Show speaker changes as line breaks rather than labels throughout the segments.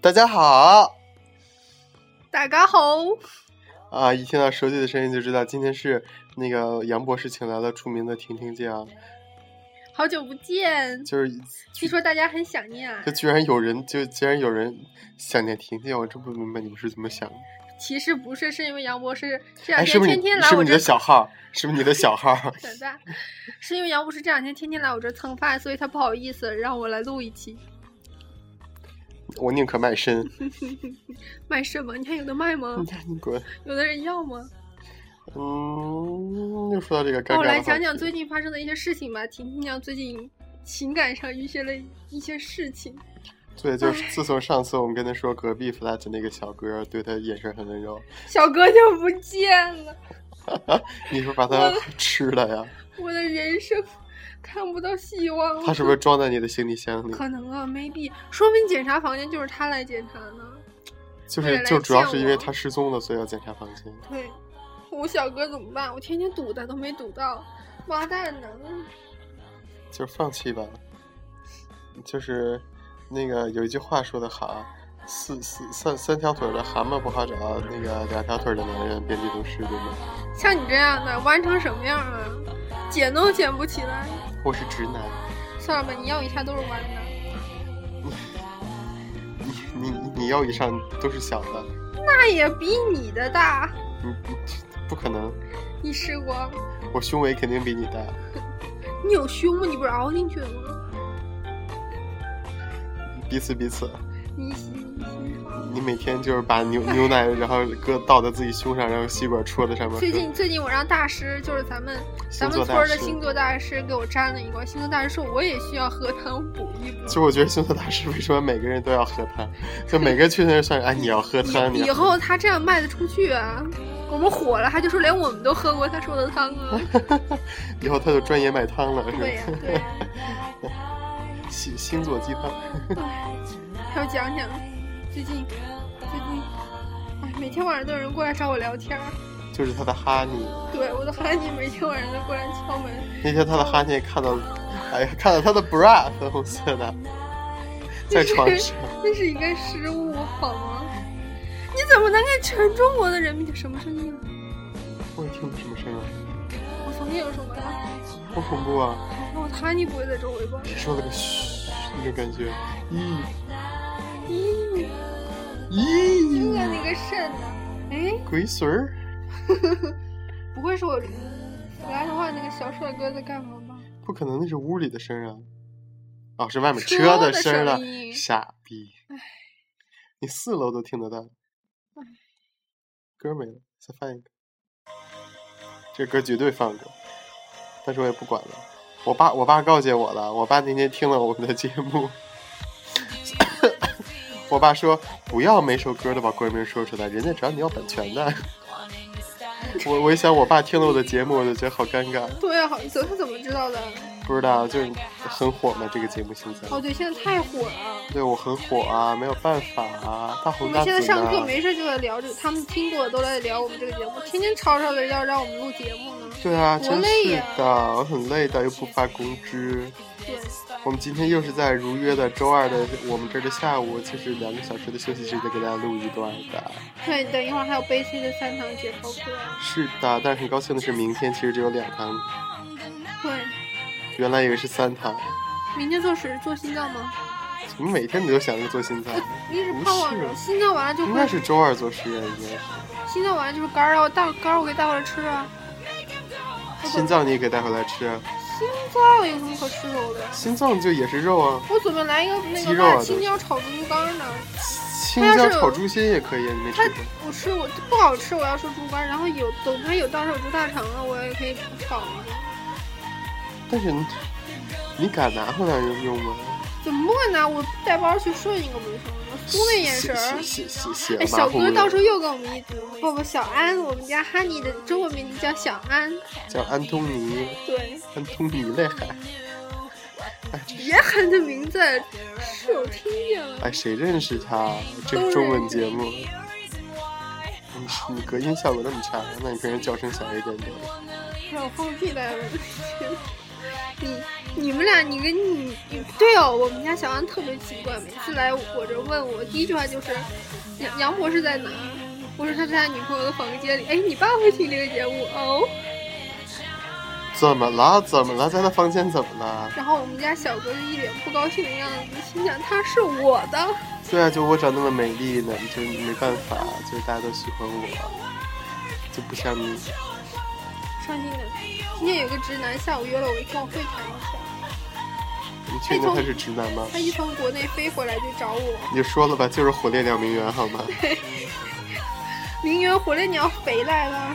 大家好
大家好，
啊！一听到手机的声音就知道今天是那个杨博士请来了著名的婷婷姐啊，
好久不见，
就是
听说大家很想念啊
就。居然有人就居然有人想念婷婷，我真不明白你们是怎么想的。
其实不是，是因为杨博士这两
哎，是
天
不是
啊天
你
天来
是不是
我
你
这
的小号？是不是你的小号？
等待，是因为杨博士这两天天天来我这蹭饭，所以他不好意思让我来录一期。
我宁可卖身，
卖什么？你还有的卖吗？
你滚！
有的人要吗？
嗯，又说到这个尴尬
那哦我
的
来
话
讲讲
题
最近发生的一些事情吧。婷婷娘最近情感上遇见了一些事情，
对，就是自从上次我们跟他说隔壁 flat 那个小哥对他眼神很温柔，
小哥就不见了，
你是不是把他吃了呀？
我的人生看不到希望了。
他是不是装在你的行李箱里？
可能啊，maybe，说明检查房间就是他来检查呢。
就
为
是
了
就
来
主要
见
是因为
我
他失踪了，所以要检查房间。
对，我小哥怎么办？我天天堵他都没堵到，妈蛋呢！
就是放弃吧。就是那个有一句话说的好，四四三三条腿的蛤蟆不好找，那个两条腿的男人遍地都是，对吗？
像你这样的弯成什么样啊？捡都捡不起来。
我是直男，
算了吧，你要一下都是弯的。
你你你你要以上都是小的，
那也比你的大，
你你不可能，
你试过？
我胸围肯定比你大。
你有胸吗？你不是凹进去了吗？
彼此彼此，
你你你
你每天就是把牛牛奶，然后搁倒在自己胸上，然后吸管戳在上面。
最近最近我让大师，就是咱们
星
咱们
座
村儿
大
的
师，
星座大师给我占了一个。星座大师说我也需要喝汤补一补。
就我觉得星座大师为什么每个人都要喝汤？就每个人去那儿算，哎，你要喝汤，你
以
要
以
喝汤
后他这样卖得出去啊！我们火了，他就说连我们都喝过他说的汤啊！
以后他就专业卖汤了，是吧？
对呀、对呀、
星星座鸡汤，
还有讲讲最近最近，哎，每天晚上都有人过来找我聊天儿。
就是他的哈尼。
对，我的汉尼每天晚上都过来敲门，
那天他的哈尼看到，哎呀，看到他的 bra 粉红色的，在床上。
这是一个失误好吗？你怎么能给全中国的人民什么声音啊？
我也听不什么声音，
我房间有什么呀？
好恐怖啊！
那我哈尼不会在周围吧？
只说了个嘘，那感觉，咦
咦，就
咦，
在嗯那个肾呢？哎。
鬼水儿，
不会是我弗拉的话那个小帅哥在干嘛吧？
不可能，那是屋里的声啊，哦，是外面
车
的
的
声了
声，音
傻逼！你四楼都听得到，歌没了，再放一个。这歌绝对放歌，但是我也不管了。我爸，我爸告诫我了，我爸那天听了我们的节 目，我爸说不要每首歌都把歌名说出来，人家找你要版权的。我我一想，我爸听了我的节目，我就觉得好尴尬。
对啊，好意思，他怎么知道的？
不知道，就是很火嘛，这个节目现在。
哦，对，现在太火了。
对我很火啊，没有办法啊，大
我
红
们
大紫
现在上课
呢。
没事就在聊这，他们听过都在聊我们这个节目，天天吵吵着要让我们录节目呢。
对啊，
多
真
累
是
呀
的，我很累啊的，又不发工资。
对，
我们今天又是在如约的周二的我们这儿的下午，就是两个小时的休息时间，给大家录一段的。
对，等一会儿还有悲催的三堂解剖课。
是的，但是很高兴的是，明天其实只有两堂，
对，
原来以为是三堂。
明天做水做心脏吗？
怎么每天你都想着做心脏？
我一直盼望
不
着
是
心脏完了就
应该
会，
是周二做实验，应该是。
心脏完了就是肝儿啊，我带肝儿我给带回来吃啊。我
心
准
脏你也给带回来吃啊，
心脏有什么可吃肉的？
心脏就也是肉啊，
我准备来一个那
鸡
个
肉啊
辣青椒炒猪肝呢。
青
它
椒
是
炒猪心也可以啊，你没吃
它
过？
我吃我不好吃，我要说猪肝，然后有等它有到时候有猪大肠了，我也可以补炒一下。
但是你你敢拿回来用用吗？
怎么会呢？我带包去顺一个不就成了吗？苏那眼神儿。
写写写
哎，小哥到时候又跟我们一组，不不，小安，我们家哈尼的中文名字叫小安，
叫安东尼，
对，
安东尼嘞还，
别喊他名字，室友听见了。
哎，谁认识他？这个中文节目，你你隔音效果那么差，那你平时叫声小一点点。
还有放屁在你你们俩，你跟你你对哦，我们家小安特别奇怪，每次来我这问我，第一句话就是杨杨博士在哪？我说他在他女朋友的房间里。哎，你爸会听这个节目哦。
怎么了？怎么了？在他房间怎么了？
然后我们家小哥就一脸不高兴的样子，心想他是我的。
对啊，就我长那么美丽呢，就没办法，就大家都喜欢我，就不像你。
伤心了。今天有个直男下午约了我一块儿会谈一下，
你确定他是直男吗？
他一从国内飞回来就找我。
你就说了吧，就是火烈鸟鸣猿好 吗？
名媛回来你要回来了，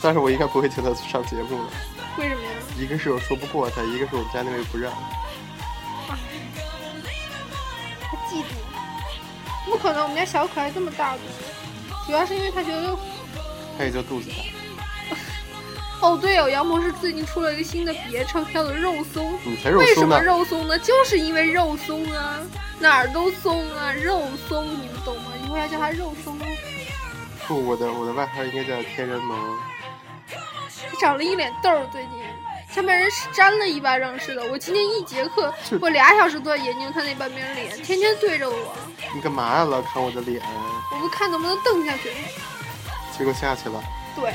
但是我应该不会请他上节目了。
为什么呀？
一个是我说不过他，一个是我们家那位不让。
他嫉妒，不可能，我们家小可爱这么大度，主要是因为他觉得，
他也就肚子大，
哦对哦，杨博士最近出了一个新的别称，叫做肉松。
你才嗯肉
为什
松
么
呢。
肉松呢？就是因为肉松啊，哪儿都松啊，肉松，你们懂吗？以后要叫它肉松哦。
不，我的我的外号应该叫天人萌。
他长了一脸痘儿，最近像被人扇了一巴掌似的。我今天一节课
这，
我俩小时都在研究他那半边脸，天天对着我，
你干嘛呀？老看我的脸，
我们看能不能瞪下去。
结果下去了。
对，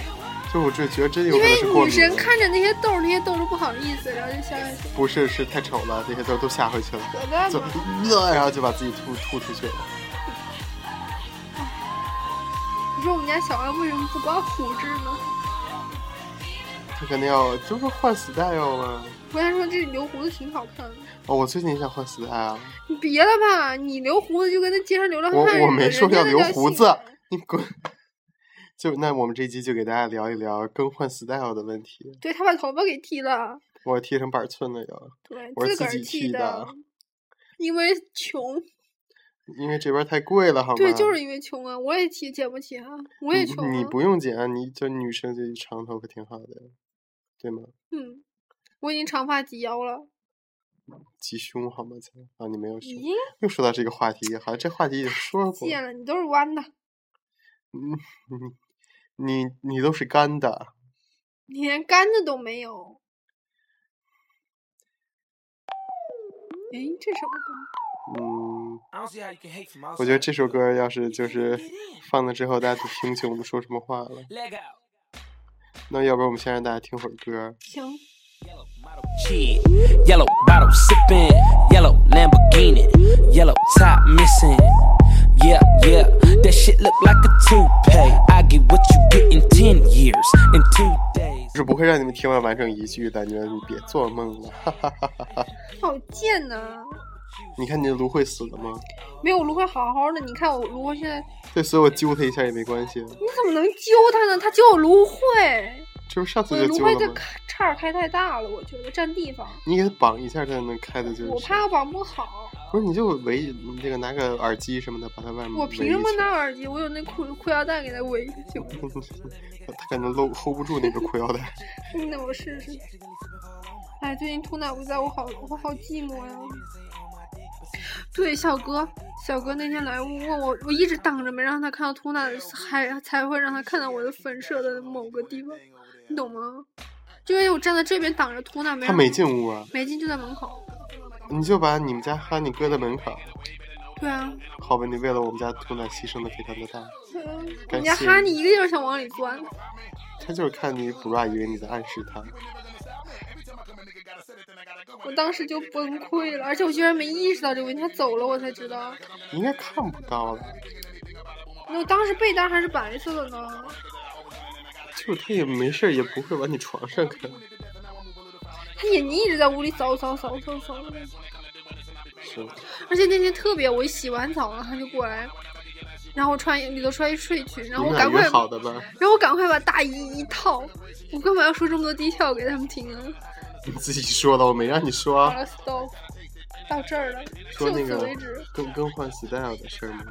就我这觉得真有
因
可能是
为
过
女
敏。
神看着那些痘儿，那些痘儿都不好意思，然后就笑笑说
不是，是太丑了，这些都都吓回去了，
可干
怎
嘛
么？呃，然后就把自己吐吐出去了。
你说我们家小安为什么不刮胡子呢？
他肯定要就是换 style 啊。
我跟他说这留胡子挺好看的。
哦，我最近也想换 style 啊，
你别了吧，你留胡子就跟那街上流浪汉
我
似的
我没说
人家
要
那
留
叫
胡
性
子
感
你滚。 就那我们这期就给大家聊一聊更换 style 的问题。
对他把头发给剃了，
我剃成板寸了又，
对，
我是
个儿
自己
剃
剃的
因为穷，
因为这边太贵了，好吗？
对，就是因为穷啊！我也剃，剪不起啊，我也穷、啊
你你不用剪，你就女生就长头发挺好的，对吗？
嗯，我已经长发及腰了，
及胸好吗？亲啊，你没有胸。
已经
又说到这个话题，好像这话题已经说过。
见了，你都是弯的，
你你都是干的，
你连干的都没有。诶，这什么歌？
嗯，
I don't see how you can hate from outside.
我觉得这首歌要是就是
Get in.
放了之后，大家就听不清我们说什么话了。
Leg out.
那要不然我们先让大家听会儿歌。
行，
Yellow model Shit. Yellow bottle sipping. Yellow Lamborghini. Yellow top missing. Yeah, yeah. That shit look like a toupee. I get what you get in 10 years, in two days.
是不会让你们听完完整一句的，你们你别做梦了。哈哈哈哈哈！
好贱呐、
你看你的芦荟死了吗？
没有芦荟好好的，你看我芦荟现在，你
对，所以我揪他一下也没关系。
怎么能揪他呢？他揪我芦荟。
这不是上次
我的
就
芦
揪
荟
了
的
吗？
叉儿开太大了，我觉得占地方，
你给他绑一下，他能开的就是。
我怕我绑不好。
不是，你就围你这个拿个耳机什么的，把它外面
我
围
凭什
一
么
圈
拿耳机？我有那裤裤腰带给它围住。
他可能 hold hold 不住那个裤 腰带。
那我试试。哎，最近兔奶不在，我好我好寂寞呀。对，小哥，小哥那天来问我，我一直挡着没让他看到兔奶，还才会让他看到我的粉色的某个地方，你懂吗？就因为我站在这边挡着兔奶，没
他
让
没进屋啊，
没进就在门口。
你就把你们家哈尼搁在门口。
对啊，
好吧，你为了我们家兔奶牺牲的非常的大，
对啊
感
人家
谢
哈尼一个劲儿想往里钻。
他就是看你不 r 以为你在暗示他。
我当时就崩溃了，而且我居然没意识到这个问题，他走了我才知道。
你应该看不到了，
那我当时被单还是白色的呢，
就是他也没事儿，也不会往你床上看。
他眼睛一直在屋里扫扫扫扫扫，
是吧，
而且那天特别，我一洗完澡了他就过来，然后我穿里头穿一睡裙，然
你
后
们
我
俩
赶快
约，好的吧？
然后我赶快把大衣一套，我干嘛要说这么多低调给他们听啊？
你自己说了，我没让你
好
说。
了，stop，到这儿了，
啊说
就
那
此
个
为止。
更更换 style 的事儿吗？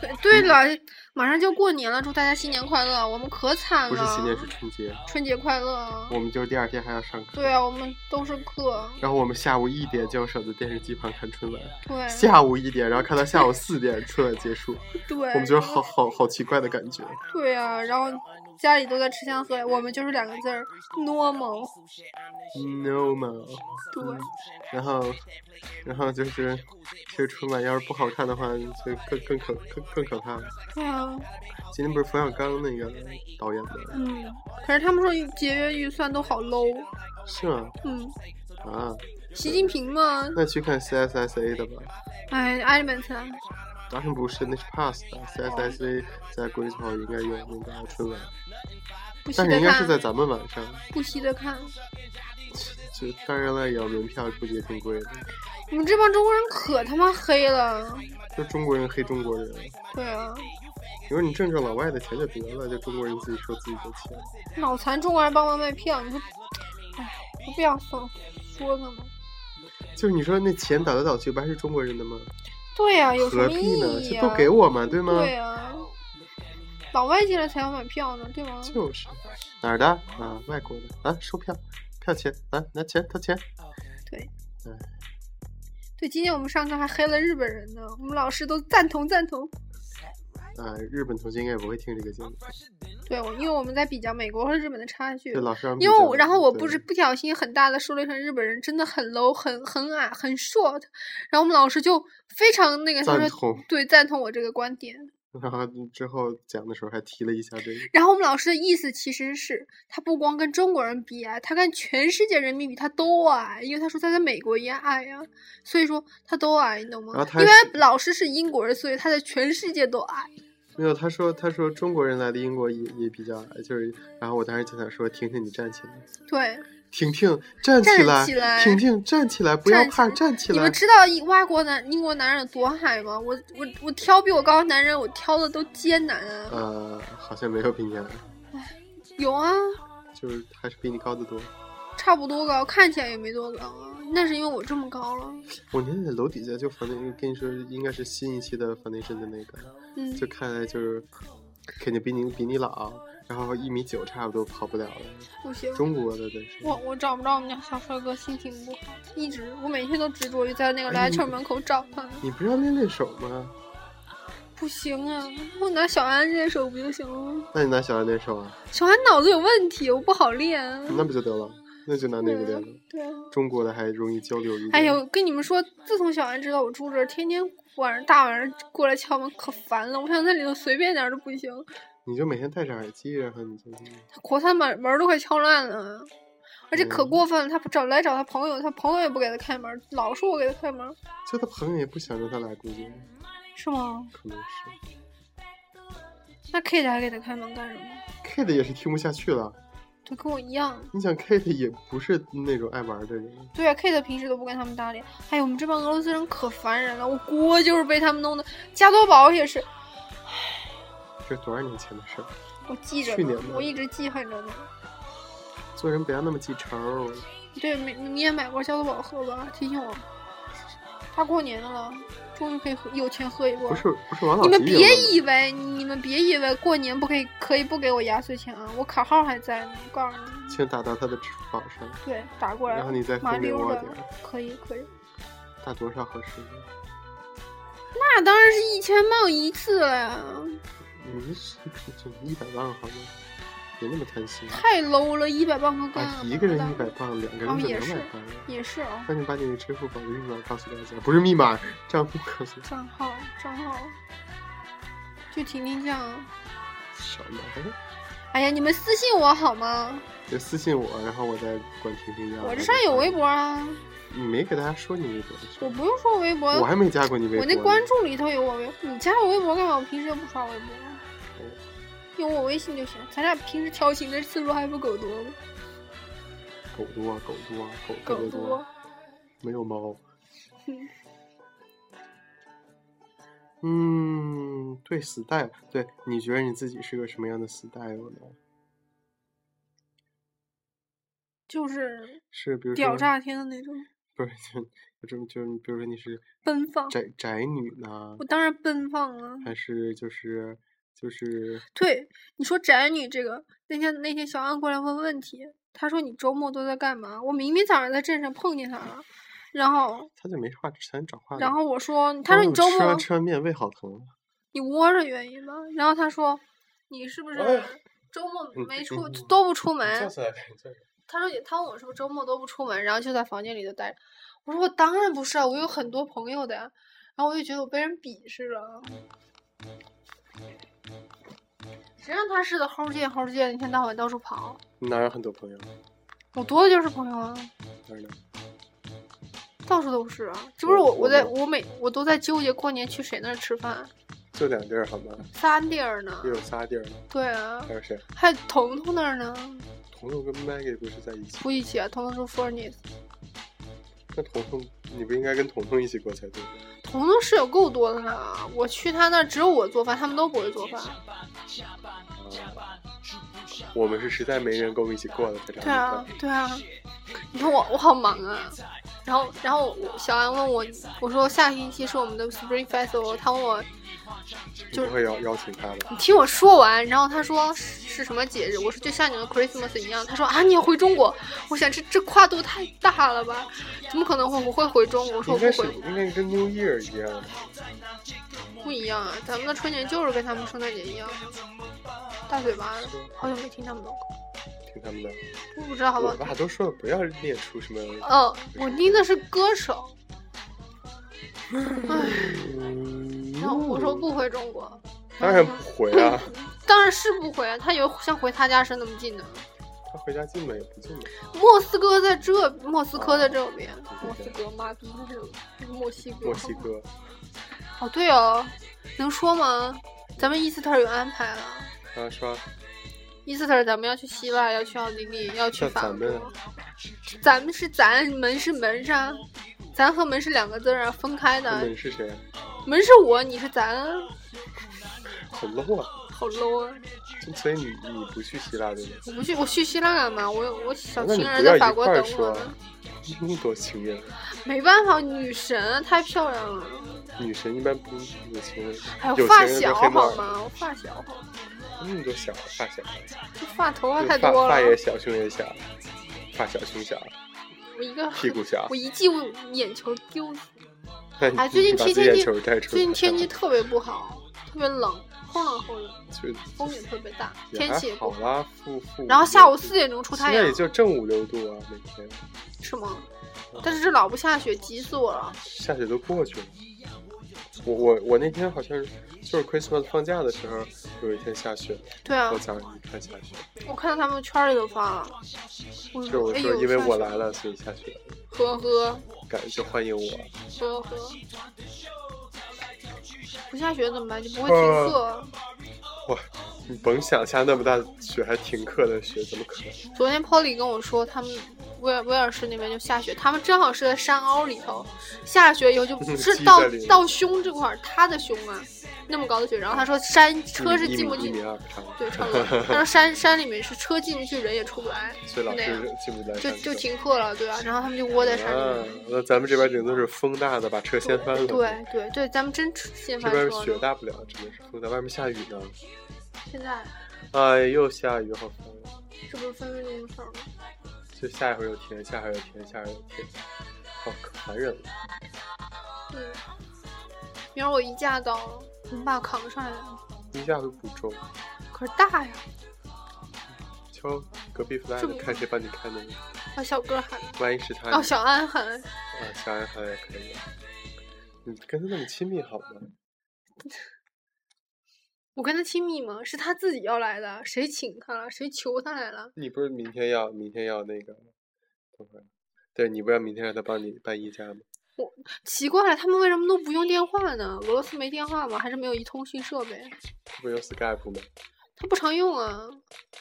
对，
对对了，
嗯
马上就过年了，祝大家新年快乐！啊我们可惨
不是新年
了
是，春节，
春节快乐啊！
我们就是第二天还要上课，
对啊，我们都是课，
然后我们下午一点就要守在电视机旁看春晚，
对
下午一点，然后看到下午四点春晚结束，
对，
我们觉得好好好奇怪的感觉。
对啊，然后家里都在吃香喝辣，我们就是两个字儿 normal。
normal，
对，啊
然后，然后就是这个春晚要是不好看的话，就更更可更更可怕了。
对啊，
今天不是冯小刚那个导演的，
嗯。可是他们说节约预算都好 low，
是吗？
嗯。
啊，
习近平嘛，
那去看 CSSA 的吧，
哎，Element 啊
当然不是，那是 Pass 的，CSSA 在国际好应该有那个春晚，
不惜
但是
的
应该是在
看，
咱们晚上，
不惜的看。
就当然了，也要门票，估计也挺贵的，
你们这帮中国人可他妈黑了。
就中国人黑中国人，
对啊，
你说你挣挣老外的钱就得了，就中国人自己收自己的钱。
脑残中国人帮忙卖票，你说，哎，我不想说说他们。
就是你说那钱倒来倒去，不还是中国人的吗？
对呀、有什
何
么意
必呢？
义啊
这
呀、
都给我嘛，对吗？
对啊呀、老外进来才要买票呢，对 吗？
就是哪儿的啊？外国的啊？收票，票钱啊？拿钱掏钱。嗯
对，今天我们上课还黑了日本人呢，我们老师都赞同赞同。
啊，日本同学应该也不会听这个节目，
对，我因为我们在比较美国和日本的差距
这。老师让
因为我，然后我
对
不是不小心很大的说了一声日本人真的很 low，很很矮，很 short，然后我们老师就非常那个，他
赞
说
同，
对赞同我这个观点。
然后之后讲的时候还提了一下这个，
然后我们老师的意思其实是他不光跟中国人比矮，他跟全世界人民比他都矮，因为他说他在美国也矮呀、所以说他都矮，你懂吗
然后？他
因为
是
老师是英国人，所以他在全世界都矮。
没有他说他说中国人来的英国也也比较矮，就是然后我当时就想说婷婷你站起来，
对，
婷婷站起
站
来，
起来
婷婷站起来，不要
站起
怕
来
站起
你
来
们，知道英外国男英国男人有多矮吗？我我我挑比我高的男人，我挑的都艰难啊。
呃，好像没有比你矮，
有啊，
就是还是比你高得多。
差不多高，看起来也没多高啊。那是因为我这么高了。
我那天在楼底下就 foundation，跟你说应该是新一期的 foundation 的那个，
嗯，
就看来就是肯定比你比你老，然后一米九差不多跑不了了，
不行。
中国的但是。
我我找不着我们家小帅哥，心情不好，一直我每天都执着于在那个
哎
篮
你
球门口找他，
你不是要练练手吗？
不行啊，我拿小安练手不就行了吗？
那你拿小安练手啊，
小安脑子有问题，我不好练啊。
那不就得 了？那就拿那个练了。
对啊，
中国的还容易交流一点。
哎呦，跟你们说，自从小安知道我住这儿，天天晚上大晚上过来敲门，可烦了。我想在里头随便点儿都不行，
你就每天戴着耳机，然后你就
活塞门门儿都快敲烂了，而且可
嗯
过分了，他不找来找他朋友，他朋友也不给他开门，老说我给他开门，
就他朋友也不想让他来，估计
是吗？
可能是。
那 Kate 还给他开门干什么？
Kate 也是听不下去了，
就跟我一样。
你想 Kate 也不是那种爱玩的人，
对啊，Kate 平时都不跟他们搭理。哎呦，我们这帮俄罗斯人可烦人了，我锅就是被他们弄的。加多宝也是，
这是多少年前的事儿。
我记着
去
呢
年吧，
我一直记恨着呢。
做人不要那么记仇儿。
对，没你也买过加多宝喝吧？提醒我，大过年的了，终于可以喝有钱喝一
不
波。
是不是王老
你
吉
们
赢
别
了吗
以为你们别以为过年不可以可以不给我压岁钱啊！我卡号还在呢，我告诉你。
请打到他的翅膀上，
对，打过来，
然后你再
麻
分给
溜
我
的
点儿，
可以可以。
打多少合适？
那当然是一千磅一次了呀，
你是这一百磅好吗？别那么贪心。
太 low 了，一百磅可干
啊，
了。
一个人一
完蛋
百磅，两个
哦
人就
也
两百
是
磅。
也是啊、
赶紧把你的支付宝的密码告诉大家，不是密码，账户告诉
账号账号，就婷婷酱啊。
什么？
哎呀，你们私信我好吗？
就私信我，然后我再管婷婷要。
我这上有微，博啊，
你没给大家说你微博的事
我不用说微博，
我还没加过你微博
我
呢。
那关注里头有我微，你加我微博干嘛？我平时又不刷微博，有我微信就行。咱俩平时调情的次数还不够多吗？
狗多，啊狗多，狗特
够
别
多
多，。没有猫。嗯，对死带，对，你觉得你自己是个什么样的死带友呢？
就是
是比如说
屌炸天的那种，
不是 就就这么就是，比如说你是
奔放。
宅宅女呢
我，当然奔放了。
还是就是就是
对，你说宅女这个，那天那天小安过来问问题，他说你周末都在干嘛？我明明早上在镇上碰见他了，然后
她就没话想找话聊。
然后我说，他说你周
中午吃
末
完吃完面胃好疼，
你窝着原因吧，然后他说你是不是
哎
周末
嗯
没
嗯
出
嗯
都不出
你坐
门。
下来，你坐下来。
他说也他问我是不是周末都不出门，然后就在房间里就待着。我说我当然不是啊，我有很多朋友的呀。然后我就觉得我被人鄙视了。谁让他似的齁贱齁贱，一天到晚到处跑？
你哪有很多朋友？
我多的就是朋友啊，
哪儿呢？
到处都是啊。就是
我
我，我在
我
我每我都在纠结过年去谁那儿吃饭，
就两地儿好吗？
仨地儿呢
又。有仨地儿呢，
对啊，
还有谁？
还有彤彤那儿呢，
彤彤跟 Maggie 不是在一起？
不一起啊。彤彤是 f o r n i
那彤彤，你不应该跟彤彤一起过才对。
彤彤室友够多的呢，我去他那儿只有我做饭，他们都不会做饭。
啊我们是实在没人跟我一起过了，才找
对啊
你，
对啊， 你看我我好忙啊。然后，然后我小安问我，我说下星期是我们的 Spring Festival，他问我，
的。你
就是
不会邀邀请他吧
你？听我说完，然后他说是是什么节日，我说就像你们 Christmas 一样，他说啊你要回中国，我想这这跨度太大了吧，怎么可能会我会回中国？我说
应
我
该是
不回，
应该跟 New Year 一样，
不一样啊，咱们的春节就是跟他们圣诞节一样，啊大嘴巴，好久没听他们的歌，
听他们的。
我不知道好不
我
好听。
爸都说了不要练出什么，
哦，我听的是歌 手。唉， 然后我
嗯
说不回中国，
当然不回啊，
当然是不回啊。他有像回他家是那么近的，
他回家近吗？也不近吧。
莫斯科在这，莫斯科在这
哦
边，莫斯科妈逼是墨西哥。
墨西。哥，
哦，对哦，能说吗？咱们伊斯特尔有安排了，
然后说
伊斯特尔咱们要去希腊，要去奥地利，要去
像
法
咱
国
们。
咱们是咱，门是门啥？咱和门是两个字儿啊，分开
他
的。
们是谁啊？
门是我，你是咱，
好 low 啊！
好 low 啊！
就所以你你不去希腊对吗？
我不去，我去希腊干嘛？我我小
那
情
你
人
不要
在
一
法国
块儿
等我
说
呢，，
你多情人，
没办法，女神啊太漂亮了，
女神一般不有情人，
还
有
有发
情人
小
就黑帽
好
儿，
吗？我发小好吗，
那么多小发小，
这发头发
就
太
发
多了
发，也小，胸也小，发小胸小，
我一个
屁股小
我。一记我眼球丢死。
那你
哎，最近
把
天
自己的
天气
球带出
最近
来啊
天气特别不好，特别冷，后冷后冷，
就
风也特别大，
也
天
还
气也不
好
好。
啦，负负。
然后下午四点钟出太
现在
阳
也，就正五六度啊，每天
是吗？但是这老不下雪，急死我了。
下雪都过去了。我我我那天好像就是 Christmas 放假的时候，有一天下雪，
对啊
我，早上一看下雪，
我看到他们圈里都发了。我
就是我
哎
说
呦，
因为
下
我
雪
来了，所以下雪，
呵呵。
感就欢迎我。
呵呵，不下雪怎么办？就不会停课。
呃哇，你甭想下那么大雪还停课的雪，怎么可能？
昨天 Polly 跟我说，他们威尔威尔士那边就下雪，他们正好是在山凹里头，下雪以后就
嗯
是
积
到
在里面
到胸这块儿，他的胸啊，那么高的雪，然后他说山车是
一
进
米
不
一米
去，
二差不多，
对，差不多。他说山山里面是车进不去，人也出不来，
所以老
那样
师进不来
就
上课。
就停课了，对啊，然后他们就窝在山里
啊
面。，
那咱们这边顶多是风大的把车掀翻了。
对对对，咱们真掀
这
翻
边
车
雪
了。
大不了，真的是风大，外面下雨呢。
现在
哎，又下雨，好烦啊！
这不是分分钟的事儿吗？
就下一会儿有天，下一会儿有天，下一会儿有天，好啊可烦人了。
嗯，明儿我一架到了，我们爸扛上来了。
一下会补中，
可是大呀，
敲隔壁 flag
这么
看谁帮你开门，
把小哥喊，
万一是他，
哦，小安喊，
啊，小安还可以。啊你跟他那么亲密好吗？
我跟他亲密吗？是他自己要来的，谁请他了？谁求他来了？
你不是明天要明天要那个，等会儿，对你不要明天让他帮你办一家吗？
奇怪了，他们为什么都不用电话呢？俄罗斯没电话吗？还是没有一通讯设备？
他不是用 Skype 吗？
他不常用啊。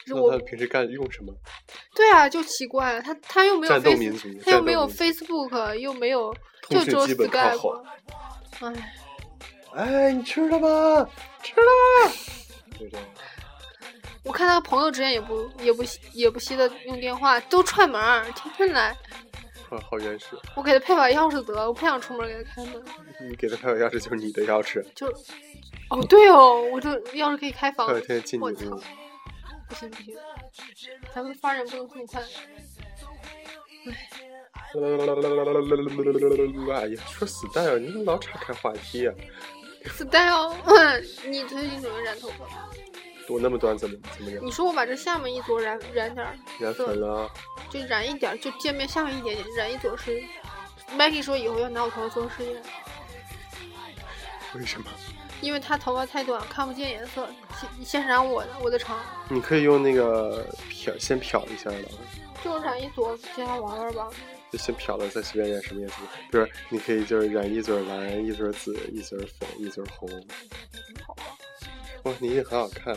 是我
那他平时干用什么？
对啊，就奇怪了，他他又没有
战斗
Face，
民族
他
战
又
斗
没有
民族
Facebook，又没有，
通
就
讯
只有
基本靠
Skype
吼。
哎，
哎，你吃了吗？吃了吗。 就这样，
我看他朋友之间也不也不也不惜的用电话，都串门儿，天天来。
好啊好原始。
我给他配把钥匙得了，我不想出门给他开门。
你给他拍个钥匙就是你的钥匙，
就，哦对哦，我这钥匙可以开房
他。有一啊天进
我
你的
操
屋，，
不行不行，咱们发展不能这么快。
哎呀，说死蛋啊！你怎么老岔开话题啊？
哦 Style，你最近怎么染头发？
我那么短怎么怎么
你
染？
说我把这下面一撮染染点儿，
染粉了，啊
就染一点儿，就界面下面一点点染一撮是。Maggie 说以后要拿我头发做实验，
为什么？
因为她头发太短，看不见颜色。先先染我的，我的长，
你可以用那个漂，先漂一下了，啊
就染一撮，先让我玩玩吧。
就先漂了，再随便染什么颜色。比如你可以就是染一撮蓝，一撮紫，一撮粉，一撮红。哇，你也很好看。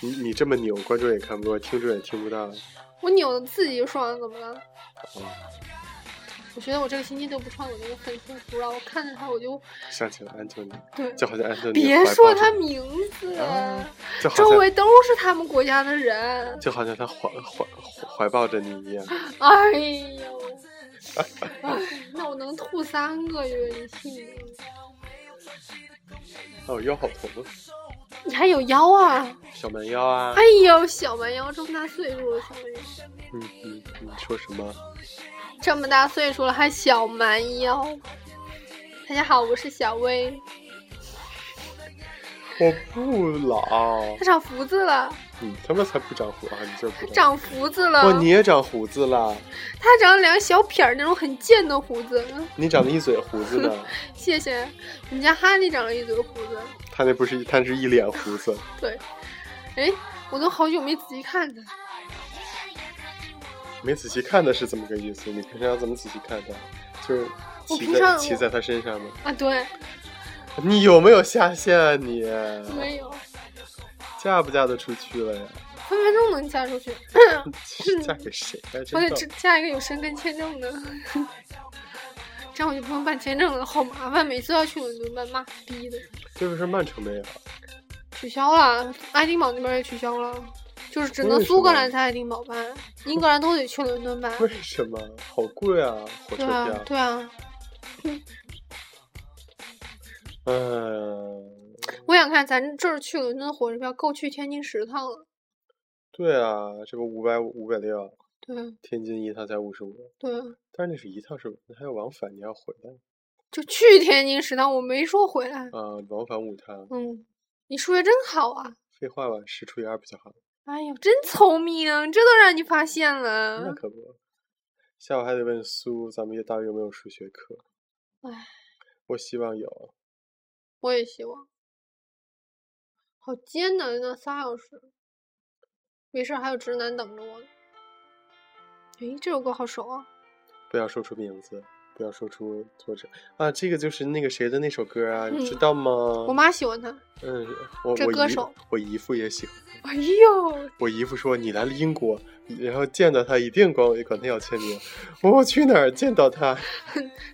你你这么扭，观众也看不到，听众也听不到。
我扭的自己就爽，怎么了？
哦，
我觉得我这个星期都不穿我那个粉色服了，我看着他我就
想起了安东尼，
对。
就好像安东尼
别
怀抱
说
着
他名字，
啊就好像
周围都是他们国家的人。
就好像他怀怀怀怀抱着你一样。
哎呦，哎那我能吐三个月，你信吗？
哦，腰好疼，
你还有腰啊！
小蛮腰啊
哎。呦，小蛮腰，这么大岁数了，小蛮腰，
嗯嗯，你说什么？
这么大岁数了还小蛮腰。大家好，我是小薇，
我不老
她，长胡子了，
你他妈才不长胡啊！你就是不
长胡子了，
哇，你也长胡子啦？
她长了两个小撇儿那种很贱的胡子。
你长了一嘴胡 子呢，
谢谢，我们家哈利长了一嘴胡子。
他那不是一，他是一脸胡子。
对，哎，我都好久没仔细看他，
没仔细看他是怎么个意思？你平常怎么仔细看他？就是
我
骑
平常
在
我
骑在他身上吗？
啊，对，
你有没有下线啊你？
没有，
嫁不嫁得出去了呀？
分分钟能嫁出去，
嫁给谁呀？
嗯我
真
得
的
只嫁一个有申根签证的， 这样我就不用办签证了，好麻烦，每次要去伦敦办，妈逼的，
这不是曼城没有？
取消了，爱丁堡那边也取消了。就是只能
为什
苏格兰
么
在爱丁堡办，英格兰都得去伦敦办。
为什么？好贵啊，火车
对啊
票，。
对啊，
哎嗯，
我想看咱这儿去伦敦的火车票够去天津十趟了。
对啊，这不五百五百六，
对啊
天津一趟才五十五，
对啊，
但是那是一趟是，还有往返，你要回来
就去天津十趟，我没说回来。
啊、往返五趟。
嗯，你数学真好啊！
废话吧，十除以二不就好了？
哎呦，真聪明，这都让你发现
那
了。
可不，下午还得问苏，咱们也到底有没有数学课？
唉，
我希望有。
我也希望。好艰难啊，仨小时。没事儿，还有直男等着我呢。诶，这首歌好熟啊！
不要说出名字，不要说出作者啊，这个就是那个谁的那首歌啊，你知道吗？
嗯我妈喜欢他。
嗯，我
这
我
歌
姨
手
我姨父也喜欢。
哎呦，
我姨夫说你来了英国，然后见到他一定管我管他要签名。我说我去哪儿见到他？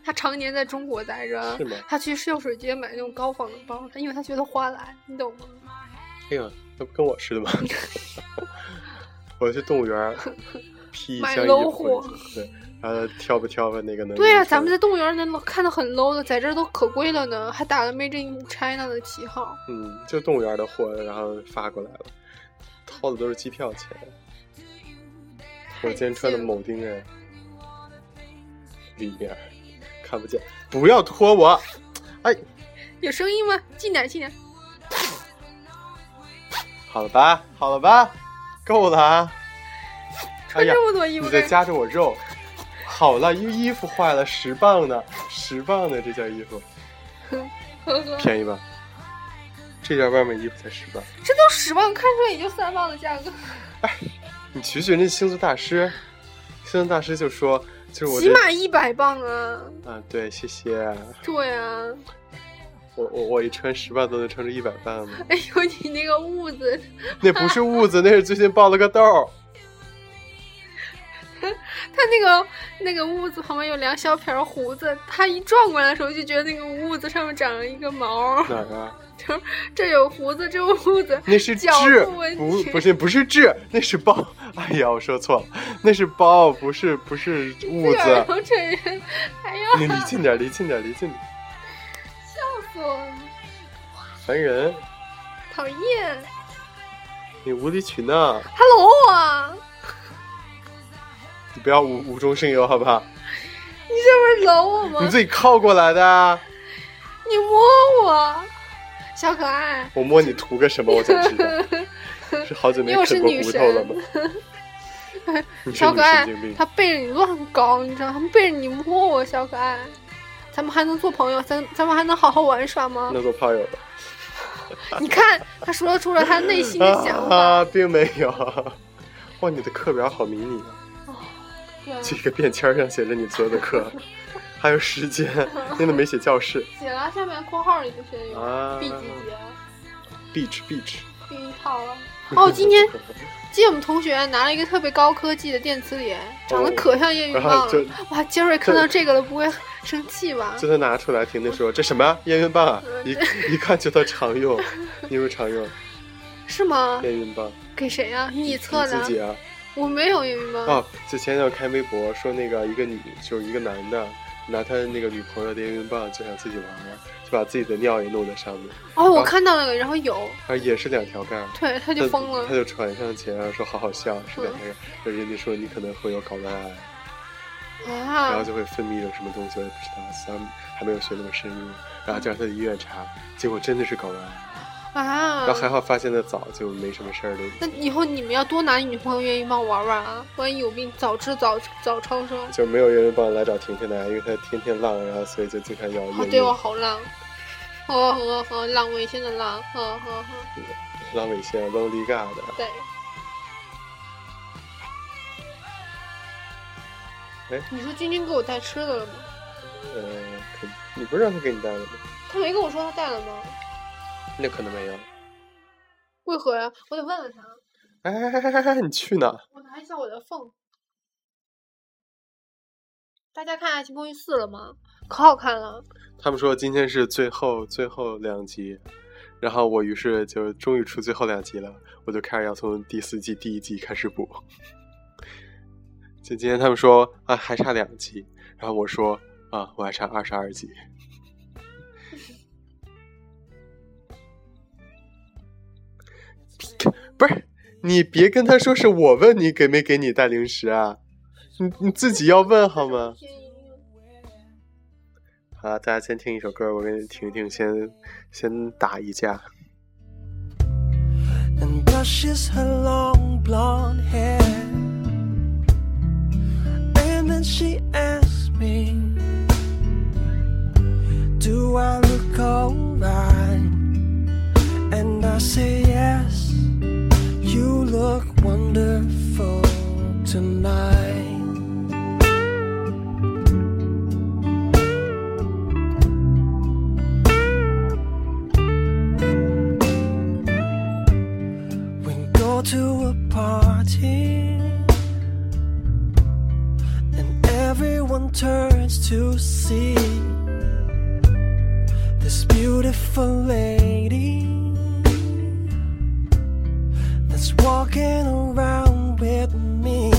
他常年在中国待着
是吗，
他去秀水街买那种高仿的包，因为他觉得花来，你懂吗？
哎呀，那不跟我似的吗？ 我去动物园 儿批一
买
箱衣
low
服
货
回去，对，然后挑吧挑吧那个能。
对呀、啊
能
咱们
穿
在动物园儿能看到很 low 的，在这儿都可贵了呢，还打了 Made in China 的旗号。
嗯，就动物园儿的货，然后发过来了，掏的都是机票钱。我今天穿的铆钉哎，里面儿看不见，不要拖我。
有声音吗？近点儿，近点儿。
好了吧，好了吧，够了啊！哎
穿
呀，
这么多衣服
你
干
再
啥？
夹着我肉。好了，衣衣服坏了，十磅呢，十磅呢，这件衣服
呵呵，
便宜吧？这件外面衣服才十磅。
这都十磅，看出来也就三磅的价格，
你学学那星座大师，星座大师就说，就是我
起
这
码一百磅啊！
啊，对，谢谢。
对啊，
我我我一穿十磅都能撑出一百磅吗？
哎呦，你那个痦子，
那不是痦子，那是最近爆了个痘儿。
他那个那个痦子旁边有两小撇儿胡子，他一转过来的时候就觉得那个痦子上面长了一个毛儿，
哪儿啊？
这有胡子，这有痦子，
那是
角
痣
度问，
不
题
不是不是痣，那是包。哎呀，我说错了，那是包，不是不是痦
这耳
子。
朵这人，哎呀，
你离近点，离近点，离近点，
笑死我了，
烦人！
讨厌，
你无理取闹，
他搂我，
你不要无无中生有，好不好？
你这不是搂我吗
你？自己靠过来的啊，
你摸我，小可爱，
我摸你图个什么？我想知 道，是好久没
因为我是
啃过
女
骨头了
神
吗？你是
小
女
可爱
神经病，
他背着你乱搞，你知道吗？他背着你摸我，小可爱，咱们还能做朋友，咱咱们还能好好玩耍吗？
那做炮友吧？
你看，他说出了他内心的想法。
啊，并没有。哇，你的课表好迷你啊！
对啊
这个便签上写着你所有的课，还有时 间，真的没写教室。
写了啊下面括号里就是有
啊
B 级
Beach
节，
Beach。
避孕套 了。哦，今天今天我们同学拿了一个特别高科技的电磁脸，长得可 像验孕
然
棒
后就
了。哇，杰瑞看到这个了，不会生气吧？
就他拿出来，婷婷说：“这什么验孕棒啊？ 一一看就他常用，你有没有常用
是吗？
验孕棒？
给谁呀？你
你
测
自
的？
己啊？
我没有验孕棒。
啊！就前两天看微博说那个一个女，就是一个男的拿他那个女朋友的验孕棒就想自己玩儿，就把自己的尿也弄在上面，
哦，我
啊
看到那个，然后有，
而也是两条杠儿。”
对，他就疯
他就
了。
传上去，然后说好好笑，是两个人，然后人家说你可能会有睾丸癌，然后
啊！
就会分泌了什么东西，我也不知道，咱们还没有学那么深入。然后就让他去医院查，结果真的是睾丸癌，
嗯
然后还
啊！
好发现的早，就没什么事儿了。
那以后你们要多拿你女朋友验孕棒玩玩啊，万一有病早治早早超生。
就没有验孕棒来找婷婷来，因为她天天浪，然后所以就经常要
哦，
验
对
孕
我好浪，呵呵呵，浪味仙的浪，呵呵呵，
浪尾线 lonely god 的。
对。
哎
你说君君给我带吃的了吗？
呃，可你不是让他给你带了吗？
他没跟我说他带了吗？
那可能没有。
为何呀？我得问问他。
哎哎哎哎哎，你去哪？
我拿一下我的缝。大家看《爱情公寓四》了吗？可好看了。
他们说今天是最后最后两集，然后我于是就终于出最后两集了，我就开始要从第四季第一季开始补。 就今天他们说啊还差两集，然后我说啊我还差二十二集。 不是你别跟他说是我问你给没给你带零食啊，你你自己要问好吗？好，大家先听一首歌，我跟婷婷先先打一架。
and brushes her long blonde hair. And then she asks me, Do I look alright? And I say, Yes, you look wonderful tonight. We go to a party and everyone turns to see this beautiful lady that's walking around with me.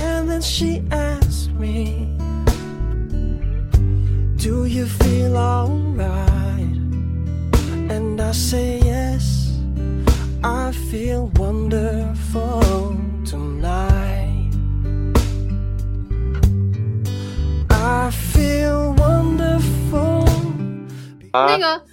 And then she asks me, Do you feel alright? And I say yes, I feel wonderful tonight. I feel wonderful.
啊
那，个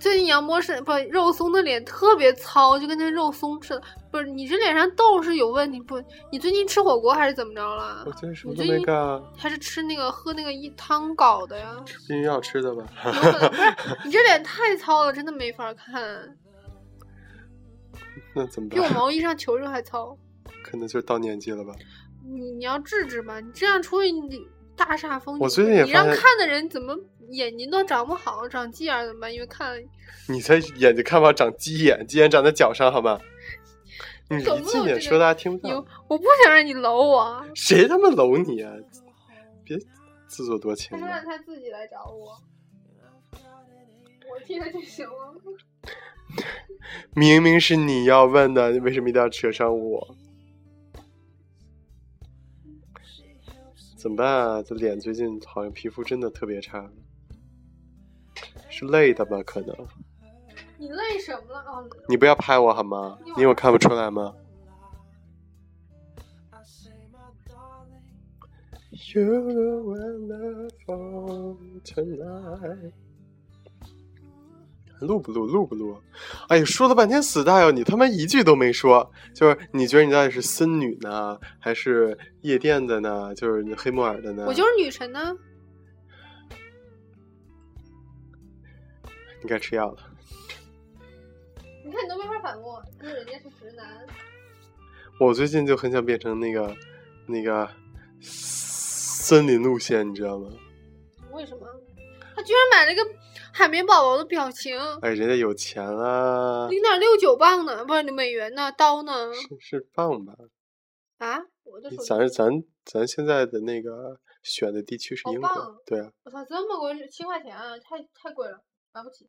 最近杨波是不肉松的脸特别糙，就跟那肉松似的。不是你这脸上痘是有问题不？你最近吃火锅还是怎么着了
我？最近什么
你
都
最
没
近
干啊，
还是吃那个喝那个一汤搞的呀？
吃避孕药吃的吧。
有可能不是你这脸太糙了，真的没法看，
那怎么
比我
办？
毛衣上球球还糙。
可能就到年纪了吧。
你你要治治吧，你这样出去你大煞风景。
我最近也
你让
发现
看的人怎么眼睛都长不好，长鸡眼儿怎么办？因为看
嗯
了
你才眼睛看不好长鸡眼，鸡眼长在脚上好吗？你
懂
离
不
近
懂
点
这
说，
个
大家听不
有
到。，
我不想让你搂我。啊
谁他妈搂你啊？别自作多情
他说
了
让。他自己来找我，我听了就行了。
明明是你要问的，你为什么一定要扯上我？怎么办啊？这脸最近好像皮肤真的特别差，是累的吧？可能
你累什么了？哦，
你不要拍我好吗？因为我看不出来吗？You're the one I fall tonight. 录不录？录不录？哎呀，说了半天死大药，你他妈一句都没说。就是你觉得你到底是森女呢，还是夜店的呢？就是黑木耳的呢？
我就是女神呢。
你该吃药了。
你看你都没法反驳，因为人家是直男。
我最近就很想变成那个那个森林路线，你知道吗？
为什么？他居然买了个海绵宝宝的表情，
哎，人家有钱啊，
零点六九磅呢，不是美元呢，刀呢？
是是棒吧？
啊！我的手机，
咱咱咱现在的那个选的地区是
好
英国
棒，
对啊，
我操，这么贵，七块钱啊，太太贵了，买不起。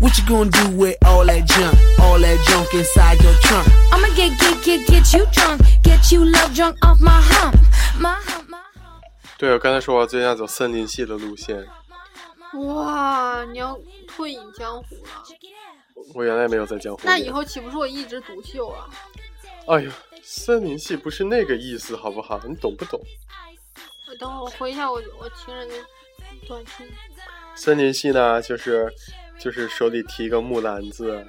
What you gonna do with all that junk? All that junk inside your trunk?
I'ma get, get, get, get you drunk. Get you love drunk off my hump. My hump, my hump.
对我刚才说我最近要走森林系的路线，
哇，你要退隐江湖了，
我原来没有在江湖里。
那以后岂不是我一枝独秀啊？
哎呦，森林系不是那个意思，好不好？你懂不懂？
我等会儿我回一下我我情人的短信，
森林系呢，就是就是手里提一个木篮子，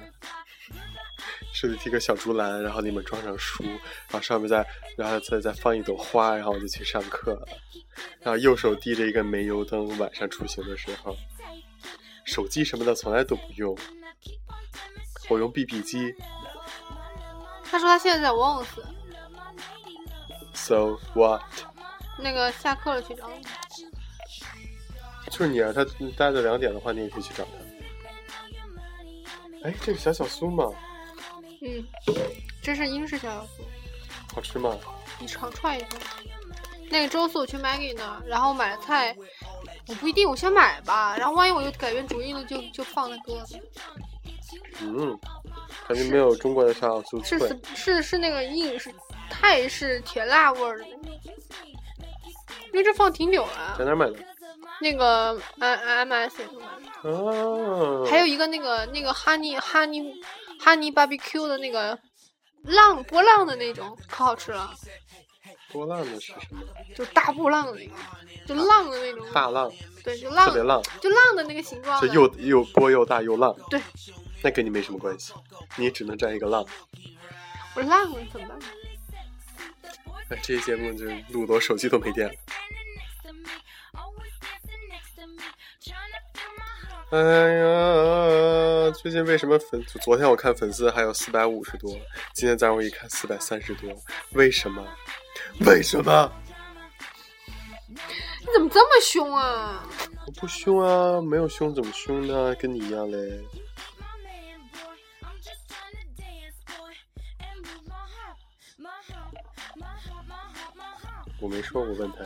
手里提个小竹篮，然后里面装上书，然后上面再然后再再放一朵花，然后我就去上课了。然后右手提着一个煤油灯，晚上出行的时候，手机什么的从来都不用，我用 BB 机
他说他现在在 Wons，
，so what？
那个下课了去找你。
就是你啊让他待到两点的话，你也可以去找他。哎，这个小小酥嘛，
嗯，这是英式小小酥，
好吃吗？
你尝踹一下。那个周四我去 Maggie 那儿，然后买了菜，我不一定，我先买吧，然后万一我又改变主意了，就就放那鸽子。
嗯，感觉没有中国的小小酥
是
脆。
是是是那个印式泰式甜辣味儿的，因为这放挺久
在哪
了。
儿买的？
那个呃 M M S 也是买的。
啊，
还有一个那个那个哈尼哈尼哈尼 BBQ 的那个浪波浪的那种，可好吃了，
波浪的是什么？
就是大波浪的那个，就浪的那种，
大浪，
对，就
啊特
浪
别浪，
就浪的那个形状
就
的，
又又波又大又浪。
对，
那跟你没什么关系，你只能占一个浪。
我浪了怎么办？
哎，这期节目就录的我手机都没电了。哎呀，最近为什么粉？昨天我看粉丝还有四百五十多，今天早上我一看四百三十多，为什么？为什么？
你怎么这么凶啊？
我不凶啊，没有凶怎么凶呢？跟你一样嘞。我没说，我问他。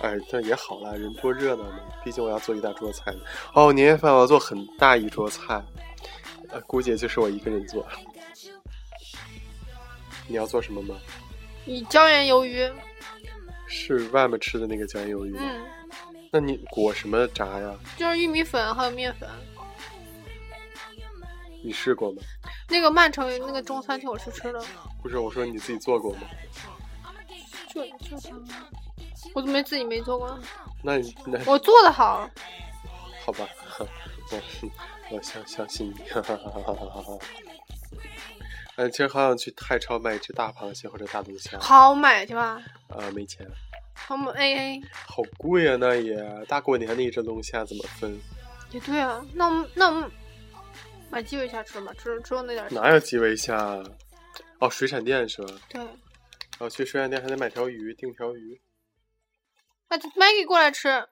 哎，但也好啦，人多热闹嘛。毕竟我要做一大桌菜呢。哦，年夜饭我要做很大一桌菜，呃，估计也就是我一个人做。你要做什么吗？
你椒盐鱿鱼，
是外面吃的那个椒盐鱿鱼吗？
嗯，
那你裹什么炸呀？
就是玉米粉还有面粉。
你试过吗？
那个曼城那个中餐厅我去吃了，
不是，我说你自己做过吗？
就就我怎么自己没做过？
那你那
我做的好，
好吧，我我相相信你。 哈哈哈哈哈哈。哎，其实好想去泰超买一只大螃蟹或者大龙虾，啊、
好买去吧，
没钱，
好买 AA。
好贵啊！那也大过年的一只龙虾怎么分？
也对啊，那我们那我们买基围虾吃吧，只只有那点儿。
哪有基围虾？啊？哦，水产店是吧？
对，
然后去水产店还得买条鱼，订条鱼。
那就 Maggie 过来吃，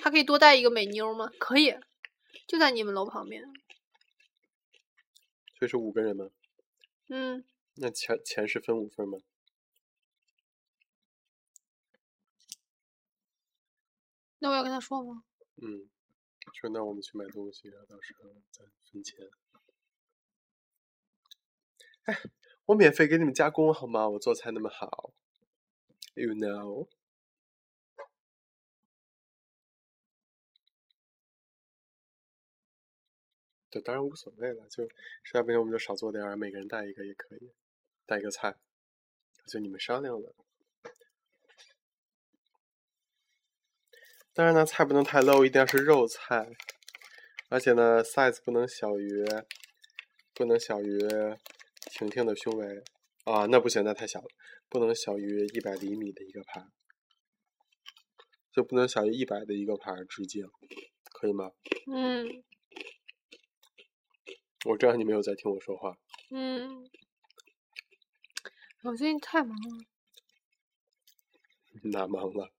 她可以多带一个美妞吗？可以，就在你们楼旁边。
所以是五个人吗？
嗯，
那钱钱是分五份吗？
那我要跟她说吗？
嗯，说那我们去买东西，然后到时候再分钱。哎，我免费给你们加工好吗？我做菜那么好，you know。对，当然无所谓了，就实在不行我们就少做点儿，每个人带一个也可以，带一个菜，就你们商量的。当然呢，菜不能太 low，一定要是肉菜，而且呢，size 不能小于，不能小于婷婷的胸围啊，那不行，那太小了，不能小于一百厘米的一个盘，就不能小于一百的一个盘直径，可以吗？
嗯
我知道你没有在听我说话，
嗯，我最近太忙了，
你哪忙了？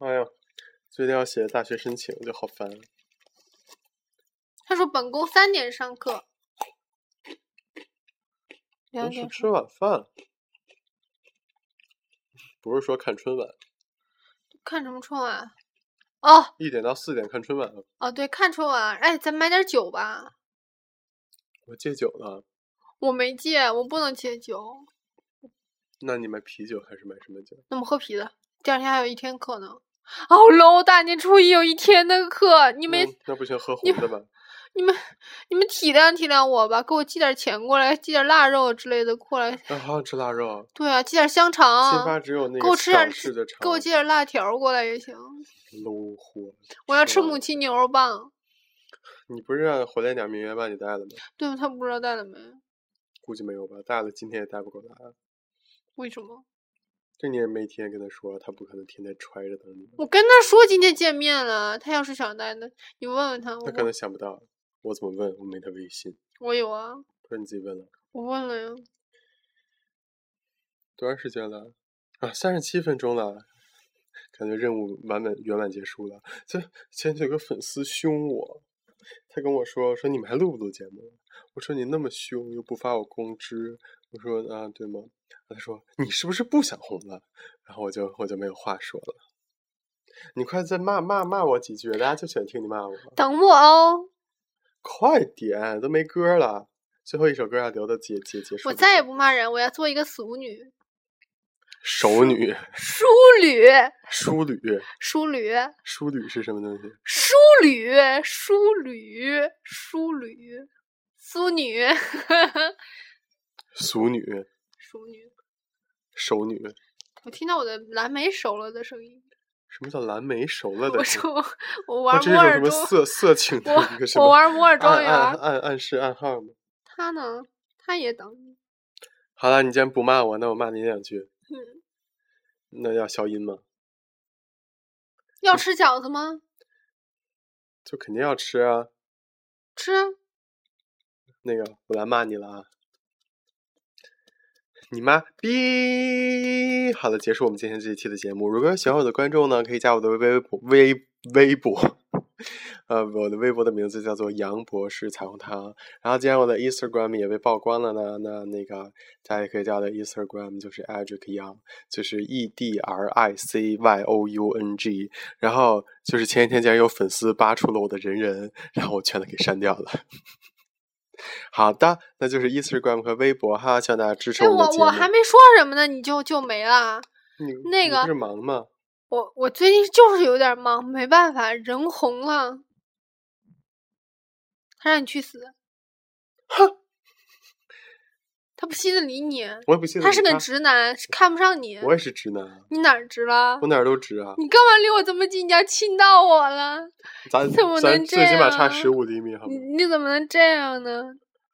哎呀，最近要写大学申请，就好烦。
他说本宫三点上课，两
不是
点
吃晚饭，不是说看春晚，
看什么春晚？啊哦
一点到四点看春晚。
哦，对，看春晚。哎，咱买点酒吧。
我戒酒了，
我没戒，我不能戒酒。
那你买啤酒还是买什么酒？
那么喝啤的，第二天还有一天课呢。好 low！大年初一有一天的课，你们、
嗯那那不行，喝
你
红的吧。
你们你们体谅体谅我吧，给我寄点钱过来，寄点腊肉之类的过来。
啊，好想吃腊肉，
对啊，寄点香
新发
肠，
只有那
给我
个
吃
小
点
市的肠，
给我寄点辣条过来也行。
low 货。
我要
吃
吃
完
母
了
鸡牛肉棒。
你不是让回来点名媛把你带了吗？
对，他不知道带了没？
估计没有吧，带了今天也带不过来。啊
为什么？
这你也没天天跟他说，他不可能天天揣着等你。
我跟他说今天见面了，他要是想带呢，你问问他。我
他可能想不到，我怎么问？我没他微信，
我有啊，
不是你自己问了。
我问了
嗯
呀。
多长时间了？啊，三十七分钟了，感觉任务完满圆满结束了。这前天有个粉丝凶我，他跟我说说你们还录不录节目了？我说你那么凶又不发我工资，我说啊对吗？他说你是不是不想红了？然后我就我就没有话说了。你快再骂骂骂我几句，大家就喜欢听你骂我。
等我哦，
快点，都没歌了，最后一首歌要留到结结结束
我
的时候。
再也不骂人，我要做一个俗 女、
熟女、
淑女、
淑女、
淑女、
淑女是什么东西？
淑女、淑女、淑女、淑女、
俗女、
淑女。
熟女。
我听到我的蓝莓熟了的声音，
什么叫蓝莓熟了的
我
是？
说我我
哇
玩
这
摩
是种
尔
什么
庄，
色色情 的一个什
我
么？嗯
我玩摩尔庄
暗暗
园，
暗暗示暗号吗？
他呢，他也等你。
好了，你既然不骂我，那我骂你两句。
嗯
那要消音吗？嗯
要吃饺子吗？
就肯定要吃啊。
吃啊，
那个，我来骂你了啊！你妈逼！好了，结束我们今天这一期的节目。如果喜欢我的观众呢，可以加我的微微博微微博， 呃，我的微博的名字叫做杨博士彩虹糖。然后，既然我的 Instagram 也被曝光了呢，那那个大家也可以加我的 Instagram，就是 Edric Young，就是 E D R I C Y O U N G。然后就是前几天竟然有粉丝扒出了我的人人，然后我全都给删掉了。 好的，那就是 Instagram 和微博哈，希望大家支持
哎，
们的
我
节目。
我还没说什么呢，你就就没了。
你
那
你
个
不是忙吗？
我我最近就是有点忙，没办法，人红了。他让你去死，
哼，
他不稀得理你，
我也不信
他是个
个，
直男，是看不上你。
我也是直男啊，
你哪儿直了
我？哪儿都直啊。
你干嘛离我这么近？你要亲到我了？
咱
怎么
咱
能
最
这
起码差
样啊
十五厘米好
你
吗？
你怎么能这样呢？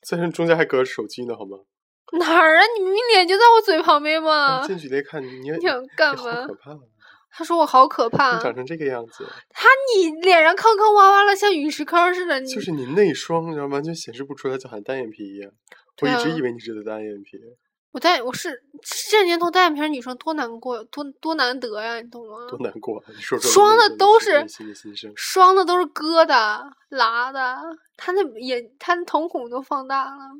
虽然中间还隔着手机呢好吗？
哪儿啊？你明明脸就在我嘴旁边嘛
我！近距离看 你，你嗯也
你想干
好
嘛
可怕啊！
他说我好可怕
你，长成这个样子，
他你脸上坑坑洼洼了，像陨石坑似的。你
就是你那双，然后完全显示不出来，就好像单眼皮一样。我
对
一直
啊
以为你是个单眼皮，
我戴我是这年头单眼皮儿女生多难过，多多难得呀，你懂吗？
多难过啊！你说说
嗯
你
双
内
的
心
都
内
是
心的心声。
双的都是疙瘩、拉的，他那眼他那瞳孔都放大了。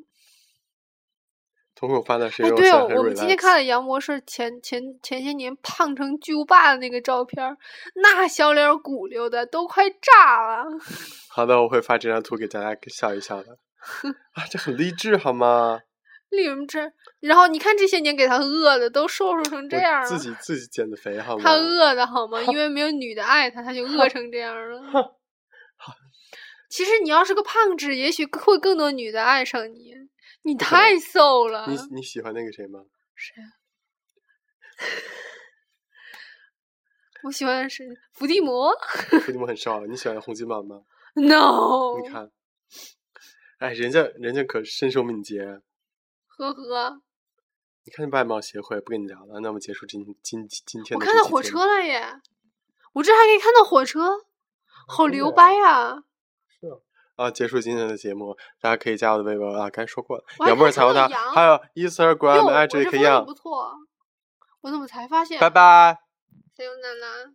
瞳孔发大谁
哎，
让
对
现在
哦，
很
我们今天
relax
看了杨博士前前前些年胖成巨无霸的那个照片儿，那小脸儿鼓溜的都快炸了。
好的，我会发这张图给大家笑一 笑的。啊，这很励志好吗？
你们这，然后你看这些年给他饿的都瘦瘦成这
我
样了，啊
自己自己减的肥好吗？
他 饿的好吗？因为没有女的爱他，他就饿成这样了。其实你要是个胖子，也许会更多女的爱上你。你
不可能
太瘦了，
你你喜欢那个谁吗？
谁啊？我喜欢的是伏地魔。
伏地魔很瘦啊，你喜欢洪金宝吗？
No，
你看，哎，人家人家可身手敏捷。啊
呵呵，
你看外貌协会不跟你聊了，那我们结束今今今天
我
的
看
这
到
期
火
节
车
目
了耶！我这还可以看到火车，好
真的
留
呀
白啊！
啊！结束今天的节节目，大家可以加我的微博啊，该说过了
我，还
杨妹
看
儿才
到
有大，
羊
还有
哟，
Instagram
我
i
这
g
风
k
景
y
不错，啊我怎么才发现？
拜拜。
再有奶奶。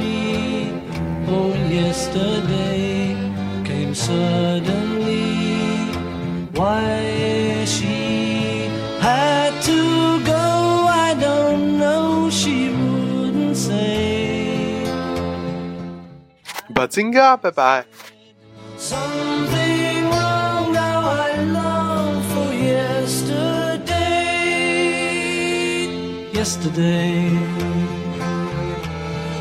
me. Oh, yesterday came suddenly. Why she had to go, I don't know. She wouldn't say.
b a z i n g a 拜拜。
Something wrong now I long for yesterday. Yesterday.